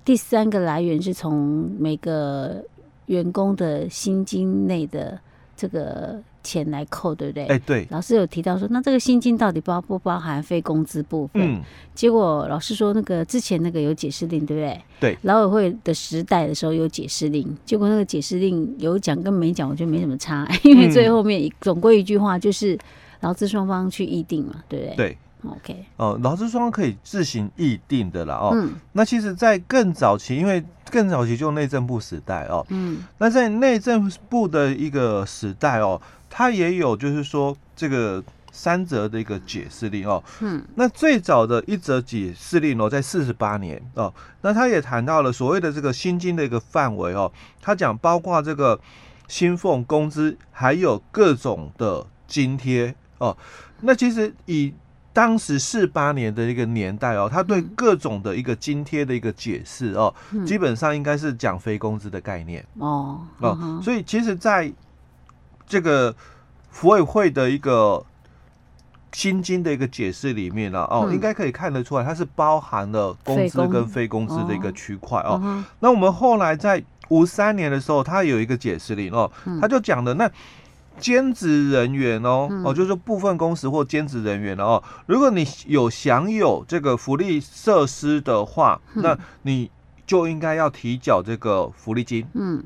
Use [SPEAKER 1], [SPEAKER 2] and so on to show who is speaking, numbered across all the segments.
[SPEAKER 1] 第三个来源是从每个员工的薪金内的这个钱来扣，对不对？
[SPEAKER 2] 哎、对，
[SPEAKER 1] 老师有提到说，那这个薪金到底包不包含非工资部分？
[SPEAKER 2] 嗯，
[SPEAKER 1] 结果老师说，那个之前那个有解释令，对不对？
[SPEAKER 2] 对，
[SPEAKER 1] 劳委会的时代的时候有解释令，结果那个解释令有讲跟没讲，我觉得没什么差，
[SPEAKER 2] 嗯
[SPEAKER 1] 因为最后面一总归一句话就是劳资双方去议定嘛，对不对？
[SPEAKER 2] 对，
[SPEAKER 1] ，OK，
[SPEAKER 2] 哦，劳资双方可以自行议定的啦哦。
[SPEAKER 1] 嗯
[SPEAKER 2] 那其实，在更早期，因为更早期就内政部时代哦，
[SPEAKER 1] 嗯
[SPEAKER 2] 那在内政部的一个时代哦，它也有就是说这个三则的一个解释令哦。
[SPEAKER 1] 嗯
[SPEAKER 2] 那最早的一则解释令哦，在四十八年哦，那他也谈到了所谓的这个薪金的一个范围哦，他讲包括这个薪俸、工资，还有各种的津贴哦。那其实以当时四八年的一个年代哦，他对各种的一个津贴的一个解释哦，
[SPEAKER 1] 嗯
[SPEAKER 2] 基本上应该是讲非工资的概念。
[SPEAKER 1] 哦
[SPEAKER 2] 哦，
[SPEAKER 1] 嗯
[SPEAKER 2] 所以其实在这个服委会的一个薪金的一个解释里面呢、哦，
[SPEAKER 1] 嗯
[SPEAKER 2] 应该可以看得出来，它是包含了工
[SPEAKER 1] 非
[SPEAKER 2] 资
[SPEAKER 1] 工
[SPEAKER 2] 跟非工资的一
[SPEAKER 1] 哦
[SPEAKER 2] 个区块哦。
[SPEAKER 1] 嗯哼
[SPEAKER 2] 那我们后来在五三年的时候，它有一个解释令哦，
[SPEAKER 1] 嗯
[SPEAKER 2] 它就讲的那。兼职人员哦，
[SPEAKER 1] 嗯
[SPEAKER 2] 哦，就是说部分工时或兼职人员哦，如果你有享有这个福利设施的话，
[SPEAKER 1] 嗯
[SPEAKER 2] 那你就应该要提缴这个福利金。
[SPEAKER 1] 嗯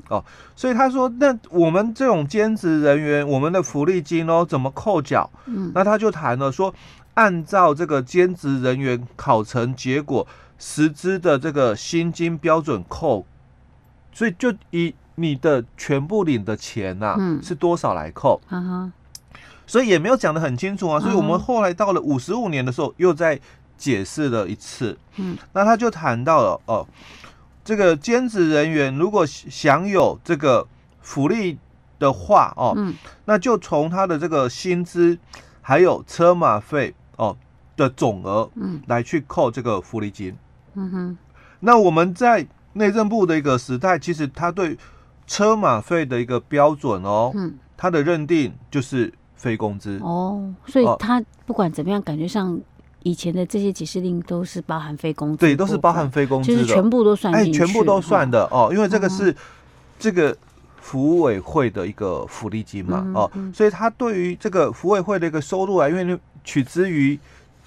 [SPEAKER 2] 所以他说，那我们这种兼职人员，我们的福利金哦，怎么扣缴？
[SPEAKER 1] 嗯
[SPEAKER 2] 那他就谈了说，按照这个兼职人员考成结果实支的这个薪金标准扣，所以就以你的全部领的钱呐、
[SPEAKER 1] 嗯
[SPEAKER 2] 是多少来扣，
[SPEAKER 1] 啊哈
[SPEAKER 2] 所以也没有讲得很清楚啊。所以我
[SPEAKER 1] 嗯
[SPEAKER 2] 们后来到了五十五年的时候，又再解释了一次。
[SPEAKER 1] 嗯
[SPEAKER 2] 那他就谈到了哦，这个兼职人员如果享有这个福利的话哦，
[SPEAKER 1] 嗯
[SPEAKER 2] 那就从他的这个薪资还有车马费哦的总额
[SPEAKER 1] 嗯
[SPEAKER 2] 来去扣这个福利金。
[SPEAKER 1] 嗯哼
[SPEAKER 2] 那我们在内政部的一个时代，其实他对车马费的一个标准哦，
[SPEAKER 1] 嗯
[SPEAKER 2] 他的认定就是非工资。
[SPEAKER 1] 哦，所以
[SPEAKER 2] 哦
[SPEAKER 1] 他不管怎么样，感觉上以前的这些解释令都是包含非工资的部分，
[SPEAKER 2] 对，都是包含非工资
[SPEAKER 1] 就
[SPEAKER 2] 的，
[SPEAKER 1] 是全部都算
[SPEAKER 2] 哎，
[SPEAKER 1] 进去，
[SPEAKER 2] 全部都算
[SPEAKER 1] 哦
[SPEAKER 2] 的哦，因为这个是这个服委会的一个福利金嘛
[SPEAKER 1] 嗯
[SPEAKER 2] 哦
[SPEAKER 1] 嗯，
[SPEAKER 2] 所以他对于这个服委会的一个收入啊，因为取之于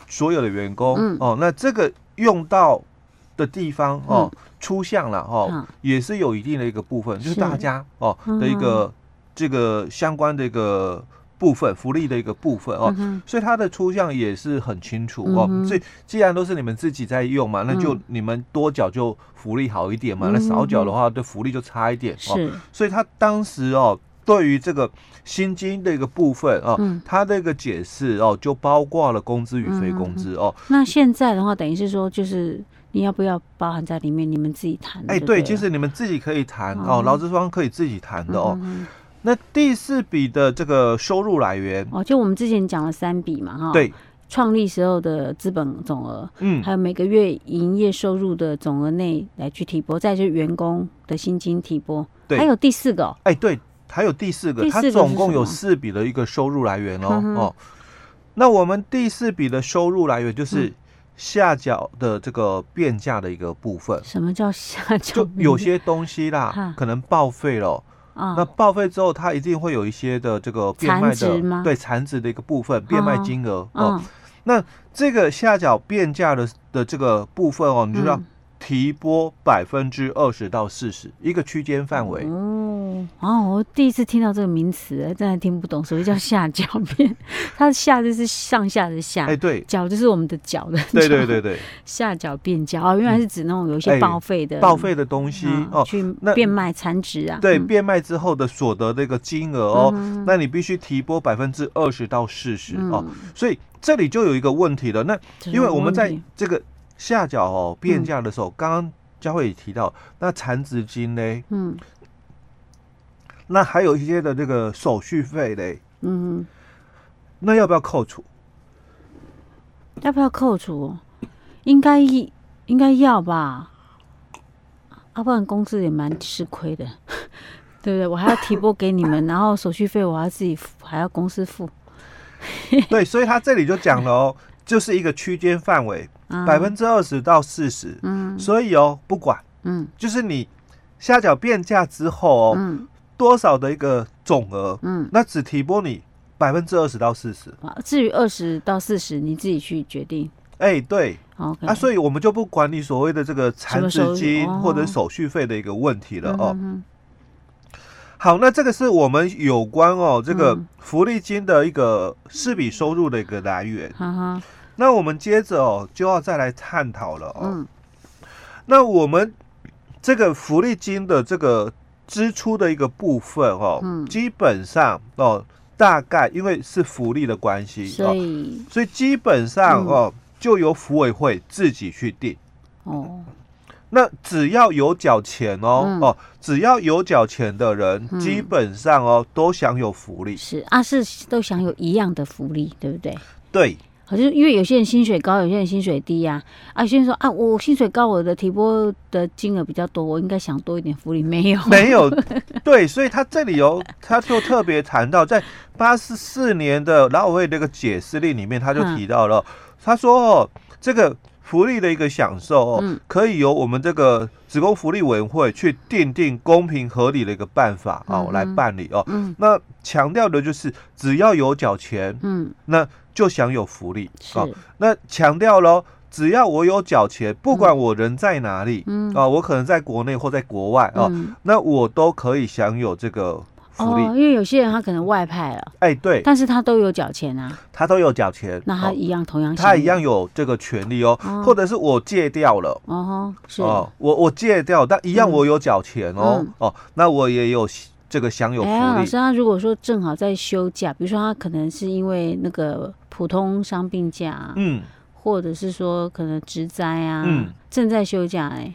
[SPEAKER 2] 所有的员
[SPEAKER 1] 嗯
[SPEAKER 2] 工哦，那这个用到的地方哦，出项了
[SPEAKER 1] 嗯
[SPEAKER 2] 哦，也是有一定的一个部分，就是
[SPEAKER 1] 是
[SPEAKER 2] 大家哦
[SPEAKER 1] 嗯
[SPEAKER 2] 的一个这个相关的一个部分，福利的一个部分哦
[SPEAKER 1] 嗯，哼
[SPEAKER 2] 所以它的出项也是很清楚
[SPEAKER 1] 嗯
[SPEAKER 2] 哦。
[SPEAKER 1] 哼
[SPEAKER 2] 所以既然都是你们自己在用嘛，那就
[SPEAKER 1] 嗯
[SPEAKER 2] 你们多缴就福利好一点嘛，
[SPEAKER 1] 嗯
[SPEAKER 2] 那少缴的话对福利就差一点哦。
[SPEAKER 1] 是
[SPEAKER 2] 所以他当时哦，对于这个薪金的一个部分哦，
[SPEAKER 1] 嗯
[SPEAKER 2] 他的一个解释哦，就包括了工资与非工
[SPEAKER 1] 嗯
[SPEAKER 2] 资哦。
[SPEAKER 1] 那现在的话，等于是说就是你要不要包含在里面，你们自己谈。
[SPEAKER 2] 哎，
[SPEAKER 1] 对
[SPEAKER 2] 对，
[SPEAKER 1] 了，
[SPEAKER 2] 其实你们自己可以谈
[SPEAKER 1] 哦
[SPEAKER 2] 哦，劳资双方可以自己谈的哦。
[SPEAKER 1] 嗯哼
[SPEAKER 2] 那第四笔的这个收入来源，
[SPEAKER 1] 哦，就我们之前讲了三笔嘛，哈，，
[SPEAKER 2] 对，
[SPEAKER 1] 创立时候的资本总额，
[SPEAKER 2] 嗯
[SPEAKER 1] 还，有每个月营业收入的总额内来去提拨，再就是员工的薪金提拨，
[SPEAKER 2] 对
[SPEAKER 1] 还有第四个哦、
[SPEAKER 2] 哎，对，还有第四个，
[SPEAKER 1] 第四
[SPEAKER 2] 它
[SPEAKER 1] 个是
[SPEAKER 2] 总
[SPEAKER 1] 什
[SPEAKER 2] 共
[SPEAKER 1] 么
[SPEAKER 2] 有四笔的一个收入来源哦、
[SPEAKER 1] 嗯哼嗯
[SPEAKER 2] 哦。那我们第四笔的收入来源就是下脚的这个变价的一个部分，
[SPEAKER 1] 什么叫下脚
[SPEAKER 2] 就
[SPEAKER 1] 明？
[SPEAKER 2] 有些东西
[SPEAKER 1] 哈
[SPEAKER 2] 啦，可能报废了，
[SPEAKER 1] 啊，
[SPEAKER 2] 那报废之后，它一定会有一些的这个变
[SPEAKER 1] 残
[SPEAKER 2] 卖
[SPEAKER 1] 值吗
[SPEAKER 2] 的对残值的一个部分变卖金额哦。
[SPEAKER 1] 嗯
[SPEAKER 2] 那这个下脚变价的的这个部分哦，你就要
[SPEAKER 1] 嗯
[SPEAKER 2] 提拨百分之二十到四十一个区间范围。
[SPEAKER 1] 哦，哦，我第一次听到这个名词，哎真的听不懂，什么叫下脚面？ 它的下就是上下的下，
[SPEAKER 2] 哎，对
[SPEAKER 1] 脚就是我们的脚的脚，
[SPEAKER 2] 对对对对，
[SPEAKER 1] 下脚变脚哦，原来是指那种有一些
[SPEAKER 2] 哎
[SPEAKER 1] 报废的、
[SPEAKER 2] 报废的东西
[SPEAKER 1] 嗯
[SPEAKER 2] 哦，
[SPEAKER 1] 去
[SPEAKER 2] 那
[SPEAKER 1] 变卖残值啊，
[SPEAKER 2] 对
[SPEAKER 1] 嗯
[SPEAKER 2] 变卖之后的所得的一个金额哦，那你必须提拨百分之二十到四十
[SPEAKER 1] 嗯
[SPEAKER 2] 哦。所以这里就有一个问题了，那
[SPEAKER 1] 这是
[SPEAKER 2] 因为我们在
[SPEAKER 1] 问题
[SPEAKER 2] 这个下脚哦变
[SPEAKER 1] 嗯
[SPEAKER 2] 价的时候，刚刚佳慧也提到，那残值金嘞，
[SPEAKER 1] 嗯
[SPEAKER 2] 那还有一些的这个手续费嘞，
[SPEAKER 1] 嗯，
[SPEAKER 2] 那要不要扣除？
[SPEAKER 1] 要不要扣除？应该应该要吧，啊要不然公司也蛮吃亏的， 对不对？我还要提拨给你们，然后手续费我还要自己付，还要公司付。
[SPEAKER 2] 对，所以他这里就讲了哦，就是一个区间范围，
[SPEAKER 1] 啊
[SPEAKER 2] 百分之二十到四十。
[SPEAKER 1] 嗯
[SPEAKER 2] 所以哦，不管
[SPEAKER 1] 嗯
[SPEAKER 2] 就是你下脚变价之后哦，
[SPEAKER 1] 嗯
[SPEAKER 2] 多少的一个总额，
[SPEAKER 1] 嗯。
[SPEAKER 2] 那只提拨你百分之二十到四十。
[SPEAKER 1] 啊至于二十到四十，你自己去决定。哦
[SPEAKER 2] 哎，对，
[SPEAKER 1] OK，
[SPEAKER 2] 啊，所以我们就不管你所谓的这个残
[SPEAKER 1] 什么手
[SPEAKER 2] 值
[SPEAKER 1] 续
[SPEAKER 2] 金
[SPEAKER 1] 哦
[SPEAKER 2] 或者手续费的一个问题了
[SPEAKER 1] 嗯
[SPEAKER 2] 哦。
[SPEAKER 1] 哼哼
[SPEAKER 2] 好，那这个是我们有关哦这个
[SPEAKER 1] 嗯
[SPEAKER 2] 福利金的一个四笔收入的一个来源。
[SPEAKER 1] 哈哈，
[SPEAKER 2] 那我们接着哦就要再来探讨了哦。
[SPEAKER 1] 嗯
[SPEAKER 2] 那我们这个福利金的这个支出的一个部分哦，
[SPEAKER 1] 嗯
[SPEAKER 2] 基本上哦大概因为是福利的关系
[SPEAKER 1] 嗯所
[SPEAKER 2] 哦，
[SPEAKER 1] 以
[SPEAKER 2] 所以基本上
[SPEAKER 1] 嗯
[SPEAKER 2] 哦、就由福委会自己去定。
[SPEAKER 1] 哦，
[SPEAKER 2] 那只要有缴钱哦、
[SPEAKER 1] 嗯
[SPEAKER 2] 哦，只要有缴钱的人，
[SPEAKER 1] 嗯
[SPEAKER 2] 基本上哦都享有福利。
[SPEAKER 1] 是啊，是都享有一样的福利，对不对？
[SPEAKER 2] 对，
[SPEAKER 1] 好像因为有些人薪水高，有些人薪水低呀、啊。有些人说啊，我薪水高，我的提拨的金额比较多，我应该想多一点福利。没有，
[SPEAKER 2] 没有对，所以他这里有他就特别谈到，在八十四年的劳委会那个解释令里面，他就
[SPEAKER 1] 嗯
[SPEAKER 2] 提到了，他说哦，这个福利的一个享受哦，
[SPEAKER 1] 嗯
[SPEAKER 2] 可以由我们这个职工福利委员会去奠定公平合理的一个办法哦、
[SPEAKER 1] 嗯
[SPEAKER 2] 来
[SPEAKER 1] 哼
[SPEAKER 2] 办理哦。
[SPEAKER 1] 嗯
[SPEAKER 2] 那强调的就是，只要有缴钱，
[SPEAKER 1] 嗯，
[SPEAKER 2] 那就享有福利
[SPEAKER 1] 是
[SPEAKER 2] 哦。那强调喽，只要我有缴钱，不管我人在哪里，
[SPEAKER 1] 嗯
[SPEAKER 2] 啊，我可能在国内或在国外啊，
[SPEAKER 1] 嗯
[SPEAKER 2] 那我都可以享有这个福
[SPEAKER 1] 哦，
[SPEAKER 2] 利。
[SPEAKER 1] 因为有些人他可能外派了，
[SPEAKER 2] 哎，对，
[SPEAKER 1] 但是他都有缴钱啊，
[SPEAKER 2] 他都有缴钱，
[SPEAKER 1] 那他
[SPEAKER 2] 哦
[SPEAKER 1] 一样同样
[SPEAKER 2] 他
[SPEAKER 1] 享
[SPEAKER 2] 一样
[SPEAKER 1] 有
[SPEAKER 2] 有这个权利哦
[SPEAKER 1] 哦，
[SPEAKER 2] 或者是我戒掉了。
[SPEAKER 1] 哦吼，是
[SPEAKER 2] 哦，我我戒掉，但一样我有缴钱哦
[SPEAKER 1] 嗯，
[SPEAKER 2] 哦，那我也有这个享有福
[SPEAKER 1] 哎呀，老师，
[SPEAKER 2] 利，
[SPEAKER 1] 他如果说正好在休假，比如说他可能是因为那个普通伤病假、啊，
[SPEAKER 2] 嗯，
[SPEAKER 1] 或者是说可能职灾啊，
[SPEAKER 2] 嗯
[SPEAKER 1] 正在休假哎、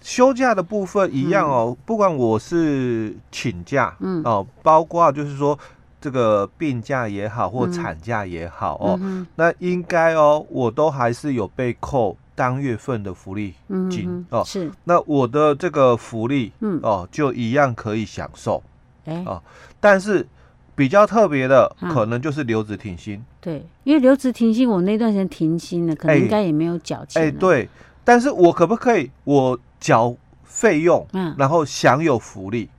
[SPEAKER 2] 休假的部分一样哦，不管我是请假，
[SPEAKER 1] 嗯
[SPEAKER 2] 哦，包括就是说这个病假也好或
[SPEAKER 1] 嗯
[SPEAKER 2] 产假也好哦，
[SPEAKER 1] 嗯哼，
[SPEAKER 2] 那应该哦，我都还是有被扣当月份的福利
[SPEAKER 1] 嗯
[SPEAKER 2] 金、
[SPEAKER 1] 哼
[SPEAKER 2] 哦，
[SPEAKER 1] 是，
[SPEAKER 2] 那我的这个福利
[SPEAKER 1] 嗯，
[SPEAKER 2] 哦就一样可以享受，
[SPEAKER 1] 哎、
[SPEAKER 2] 哦但是比较特别的
[SPEAKER 1] 嗯
[SPEAKER 2] 可能就是留职停薪，
[SPEAKER 1] 对，因为留职停薪，我那段时间停薪了，可能
[SPEAKER 2] 哎
[SPEAKER 1] 应该也没有缴钱、啊
[SPEAKER 2] 哎、，对，但是我可不可以我缴费用，
[SPEAKER 1] 嗯
[SPEAKER 2] 然后享有福利？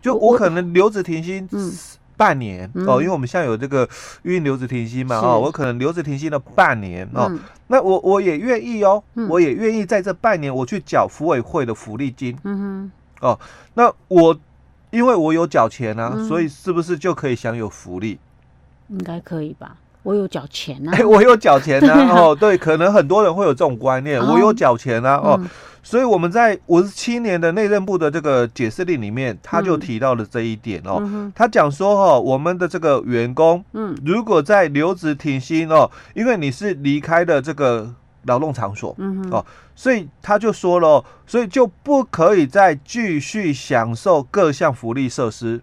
[SPEAKER 2] 就
[SPEAKER 1] 我
[SPEAKER 2] 我可能留职停薪
[SPEAKER 1] 嗯
[SPEAKER 2] 半年、
[SPEAKER 1] 嗯
[SPEAKER 2] 哦，因为我们现在有这个孕留职停薪嘛
[SPEAKER 1] 是
[SPEAKER 2] 哦，我可能留职停薪了半年哦，
[SPEAKER 1] 嗯
[SPEAKER 2] 那我我也愿意哦，
[SPEAKER 1] 嗯
[SPEAKER 2] 我也愿意在这半年我去缴福委会的福利金。
[SPEAKER 1] 嗯
[SPEAKER 2] 那我因为我有缴钱啊，
[SPEAKER 1] 嗯
[SPEAKER 2] 所以是不是就可以享有福利？
[SPEAKER 1] 哼，应该可以吧？我有缴钱啊，
[SPEAKER 2] 哎、我有缴钱
[SPEAKER 1] 对
[SPEAKER 2] 啊，
[SPEAKER 1] 啊
[SPEAKER 2] 哦，对，可能很多人会有这种观念，
[SPEAKER 1] 哦
[SPEAKER 2] 我有缴钱啊，哦，
[SPEAKER 1] 嗯
[SPEAKER 2] 所以我们在五十七年的内政部的这个解释令里面，他就
[SPEAKER 1] 嗯
[SPEAKER 2] 提到了这一点哦。
[SPEAKER 1] 嗯哼，
[SPEAKER 2] 他讲说哦，我们的这个员工
[SPEAKER 1] 嗯
[SPEAKER 2] 如果在留职停薪哦，因为你是离开了这个劳动场所，
[SPEAKER 1] 嗯哼，
[SPEAKER 2] 哦所以他就说了哦，所以就不可以再继续享受各项福利设施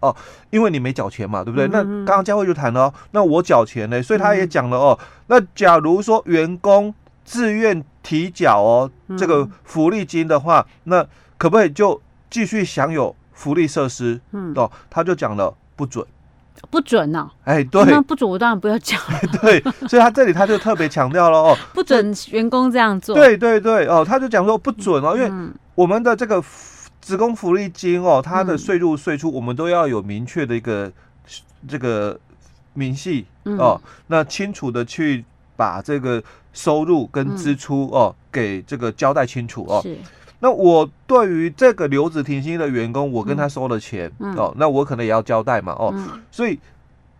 [SPEAKER 2] 哦，因为你没缴钱嘛，对不对？
[SPEAKER 1] 嗯
[SPEAKER 2] 那刚刚佳慧就谈了、哦，那我缴钱呢，所以他也讲了哦，那假如说员工自愿提缴哦
[SPEAKER 1] 嗯
[SPEAKER 2] 这个福利金的话，那可不可以就继续享有福利设施？
[SPEAKER 1] 嗯
[SPEAKER 2] 哦，他就讲了不准
[SPEAKER 1] 不准哦，
[SPEAKER 2] 哎，
[SPEAKER 1] 那
[SPEAKER 2] 对
[SPEAKER 1] 不准我当然不要讲，
[SPEAKER 2] 对， 所以他这里他就特别强调了 哦，
[SPEAKER 1] 不准员工这样做。，
[SPEAKER 2] 对对对哦，他就讲说不准哦，因为
[SPEAKER 1] 嗯
[SPEAKER 2] 我们的这个福职工福利金哦，它的
[SPEAKER 1] 嗯
[SPEAKER 2] 税入税出，我们都要有明确的一个这个明细
[SPEAKER 1] 嗯
[SPEAKER 2] 哦，那清楚的去把这个收入跟支出哦、给这个交代清楚哦。
[SPEAKER 1] 是，
[SPEAKER 2] 那我对于这个留职停薪的员工，我跟他
[SPEAKER 1] 嗯
[SPEAKER 2] 收了钱、
[SPEAKER 1] 嗯
[SPEAKER 2] 哦，那我可能也要交代嘛哦，
[SPEAKER 1] 嗯
[SPEAKER 2] 所以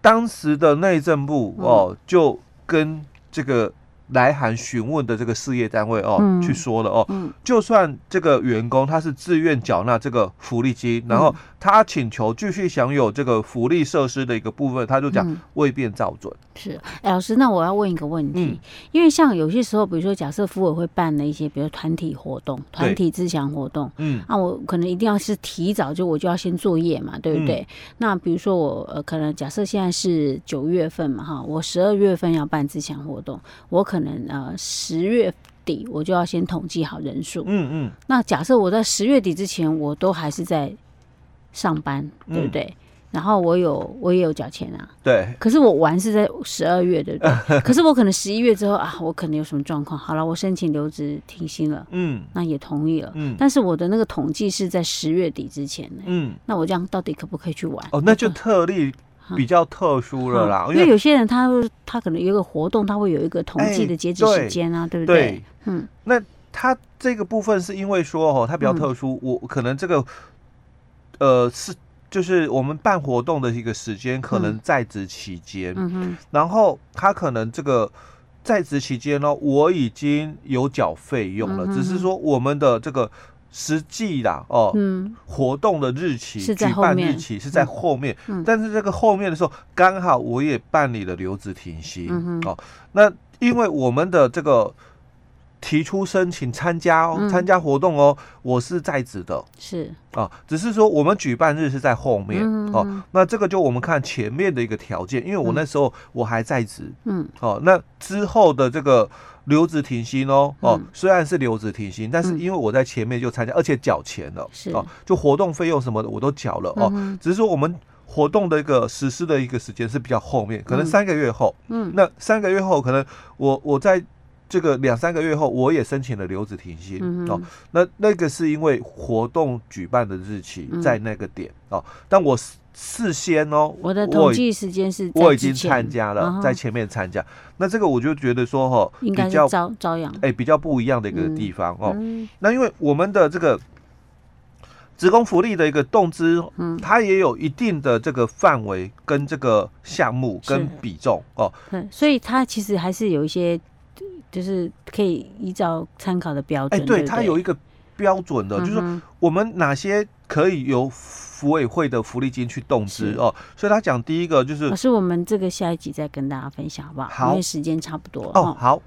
[SPEAKER 2] 当时的内政部
[SPEAKER 1] 嗯
[SPEAKER 2] 哦，就跟这个来函询问的这个事业单位哦、
[SPEAKER 1] 嗯
[SPEAKER 2] 去说了哦，
[SPEAKER 1] 嗯
[SPEAKER 2] 就算这个员工他是自愿缴纳这个福利金，然后
[SPEAKER 1] 嗯
[SPEAKER 2] 他请求继续享有这个福利设施的一个部分，他就讲
[SPEAKER 1] 嗯
[SPEAKER 2] 未变照准。
[SPEAKER 1] 是。哎，老师，那我要问一个问题，
[SPEAKER 2] 嗯
[SPEAKER 1] 因为像有些时候，比如说假设服委会办了一些，比如团体活动、团体自强活动。
[SPEAKER 2] 嗯
[SPEAKER 1] 那、我可能一定要是提早就我就要先作业嘛，对不
[SPEAKER 2] 嗯
[SPEAKER 1] 对？那比如说我呃，可能假设现在是九月份嘛，哈，我十二月份要办自强活动，我可能呃十月底我就要先统计好人数。
[SPEAKER 2] 嗯嗯，
[SPEAKER 1] 那假设我在十月底之前，我都还是在上班，
[SPEAKER 2] 嗯
[SPEAKER 1] 对不对？然后我有我也有缴钱啊，
[SPEAKER 2] 对，
[SPEAKER 1] 可是我玩是在十二月，对不对？ 可是我可能十一月之后啊，我可能有什么状况，好了，我申请留职停薪了，
[SPEAKER 2] 嗯
[SPEAKER 1] 那也同意了，
[SPEAKER 2] 嗯
[SPEAKER 1] 但是我的那个统计是在十月底之前呢、
[SPEAKER 2] 嗯，
[SPEAKER 1] 那我这样到底可不可以去玩？
[SPEAKER 2] 哦，那就特例比较特殊了啦，
[SPEAKER 1] 嗯
[SPEAKER 2] 因
[SPEAKER 1] 因为
[SPEAKER 2] 为
[SPEAKER 1] 有些人他他可能有一个活动，他会有一个统计
[SPEAKER 2] 哎
[SPEAKER 1] 的截止时间啊，对不
[SPEAKER 2] 对
[SPEAKER 1] 对？。嗯
[SPEAKER 2] 那它这个部分是因为说哦，它比较
[SPEAKER 1] 嗯
[SPEAKER 2] 特殊，我可能这个呃是就是我们办活动的一个时间，可能
[SPEAKER 1] 嗯
[SPEAKER 2] 在职期间，
[SPEAKER 1] 嗯哼，
[SPEAKER 2] 然后他可能这个在职期间呢，我已经有缴费用
[SPEAKER 1] 嗯
[SPEAKER 2] 了，
[SPEAKER 1] 哼
[SPEAKER 2] 只是说我们的这个实际啦哦。
[SPEAKER 1] 嗯
[SPEAKER 2] 活动的日期
[SPEAKER 1] 是在
[SPEAKER 2] 举
[SPEAKER 1] 后
[SPEAKER 2] 办
[SPEAKER 1] 面
[SPEAKER 2] 日期是在后面，
[SPEAKER 1] 嗯
[SPEAKER 2] 但是这个后面的时候，刚好我也办理了留职停薪、
[SPEAKER 1] 嗯哼
[SPEAKER 2] 哦。那因为我们的这个提出申请参加哦，
[SPEAKER 1] 嗯
[SPEAKER 2] 参加活动哦，我是在职的
[SPEAKER 1] 是
[SPEAKER 2] 啊，只是说我们举办日是在后面、
[SPEAKER 1] 嗯
[SPEAKER 2] 哦。那这个就我们看前面的一个条件，因为我那时候我还在职，
[SPEAKER 1] 嗯
[SPEAKER 2] 哦，那之后的这个留职停薪哦，哦，
[SPEAKER 1] 嗯
[SPEAKER 2] 虽然是留职停薪，但是
[SPEAKER 1] 嗯
[SPEAKER 2] 因为我在前面就参加，而且缴钱了，
[SPEAKER 1] 是
[SPEAKER 2] 哦，就活动费用什么的我都缴了哦，
[SPEAKER 1] 嗯
[SPEAKER 2] 只是说我们活动的一个实施的一个时间是比较后面，可能
[SPEAKER 1] 嗯
[SPEAKER 2] 三个月后，
[SPEAKER 1] 嗯
[SPEAKER 2] 那三个月后可能我我在这个两三个月后我也申请了留职停薪、
[SPEAKER 1] 嗯
[SPEAKER 2] 哦
[SPEAKER 1] 哼，
[SPEAKER 2] 那那个是因为活动举办的日期
[SPEAKER 1] 嗯
[SPEAKER 2] 在那个点、哦，但我事事先哦，
[SPEAKER 1] 我的
[SPEAKER 2] 我
[SPEAKER 1] 统
[SPEAKER 2] 已
[SPEAKER 1] 计时间是在
[SPEAKER 2] 我已
[SPEAKER 1] 之
[SPEAKER 2] 经
[SPEAKER 1] 前
[SPEAKER 2] 参加了，
[SPEAKER 1] 啊
[SPEAKER 2] 在前面参加，那这个我就觉得说哈，
[SPEAKER 1] 应该
[SPEAKER 2] 比
[SPEAKER 1] 是
[SPEAKER 2] 较
[SPEAKER 1] 朝朝阳
[SPEAKER 2] 哎比较不一样的一个
[SPEAKER 1] 嗯
[SPEAKER 2] 地方哦。
[SPEAKER 1] 嗯
[SPEAKER 2] 那因为我们的这个职工福利的一个动资，
[SPEAKER 1] 嗯
[SPEAKER 2] 它也有一定的这个范围跟这个项目
[SPEAKER 1] 是
[SPEAKER 2] 跟比重哦。
[SPEAKER 1] 嗯，所以它其实还是有一些，就是可以依照参考的标
[SPEAKER 2] 哎，
[SPEAKER 1] 准。对不对，
[SPEAKER 2] 它有一个标准的，就是说
[SPEAKER 1] 嗯哼
[SPEAKER 2] 我们哪些可以由福委会的福利金去动资
[SPEAKER 1] 是
[SPEAKER 2] 哦。所以他哦讲第一个就是
[SPEAKER 1] 老师，我们这个下一集再跟大家分享好不好？
[SPEAKER 2] 好
[SPEAKER 1] 因为时间差不多了
[SPEAKER 2] 哦，
[SPEAKER 1] 哈
[SPEAKER 2] 好，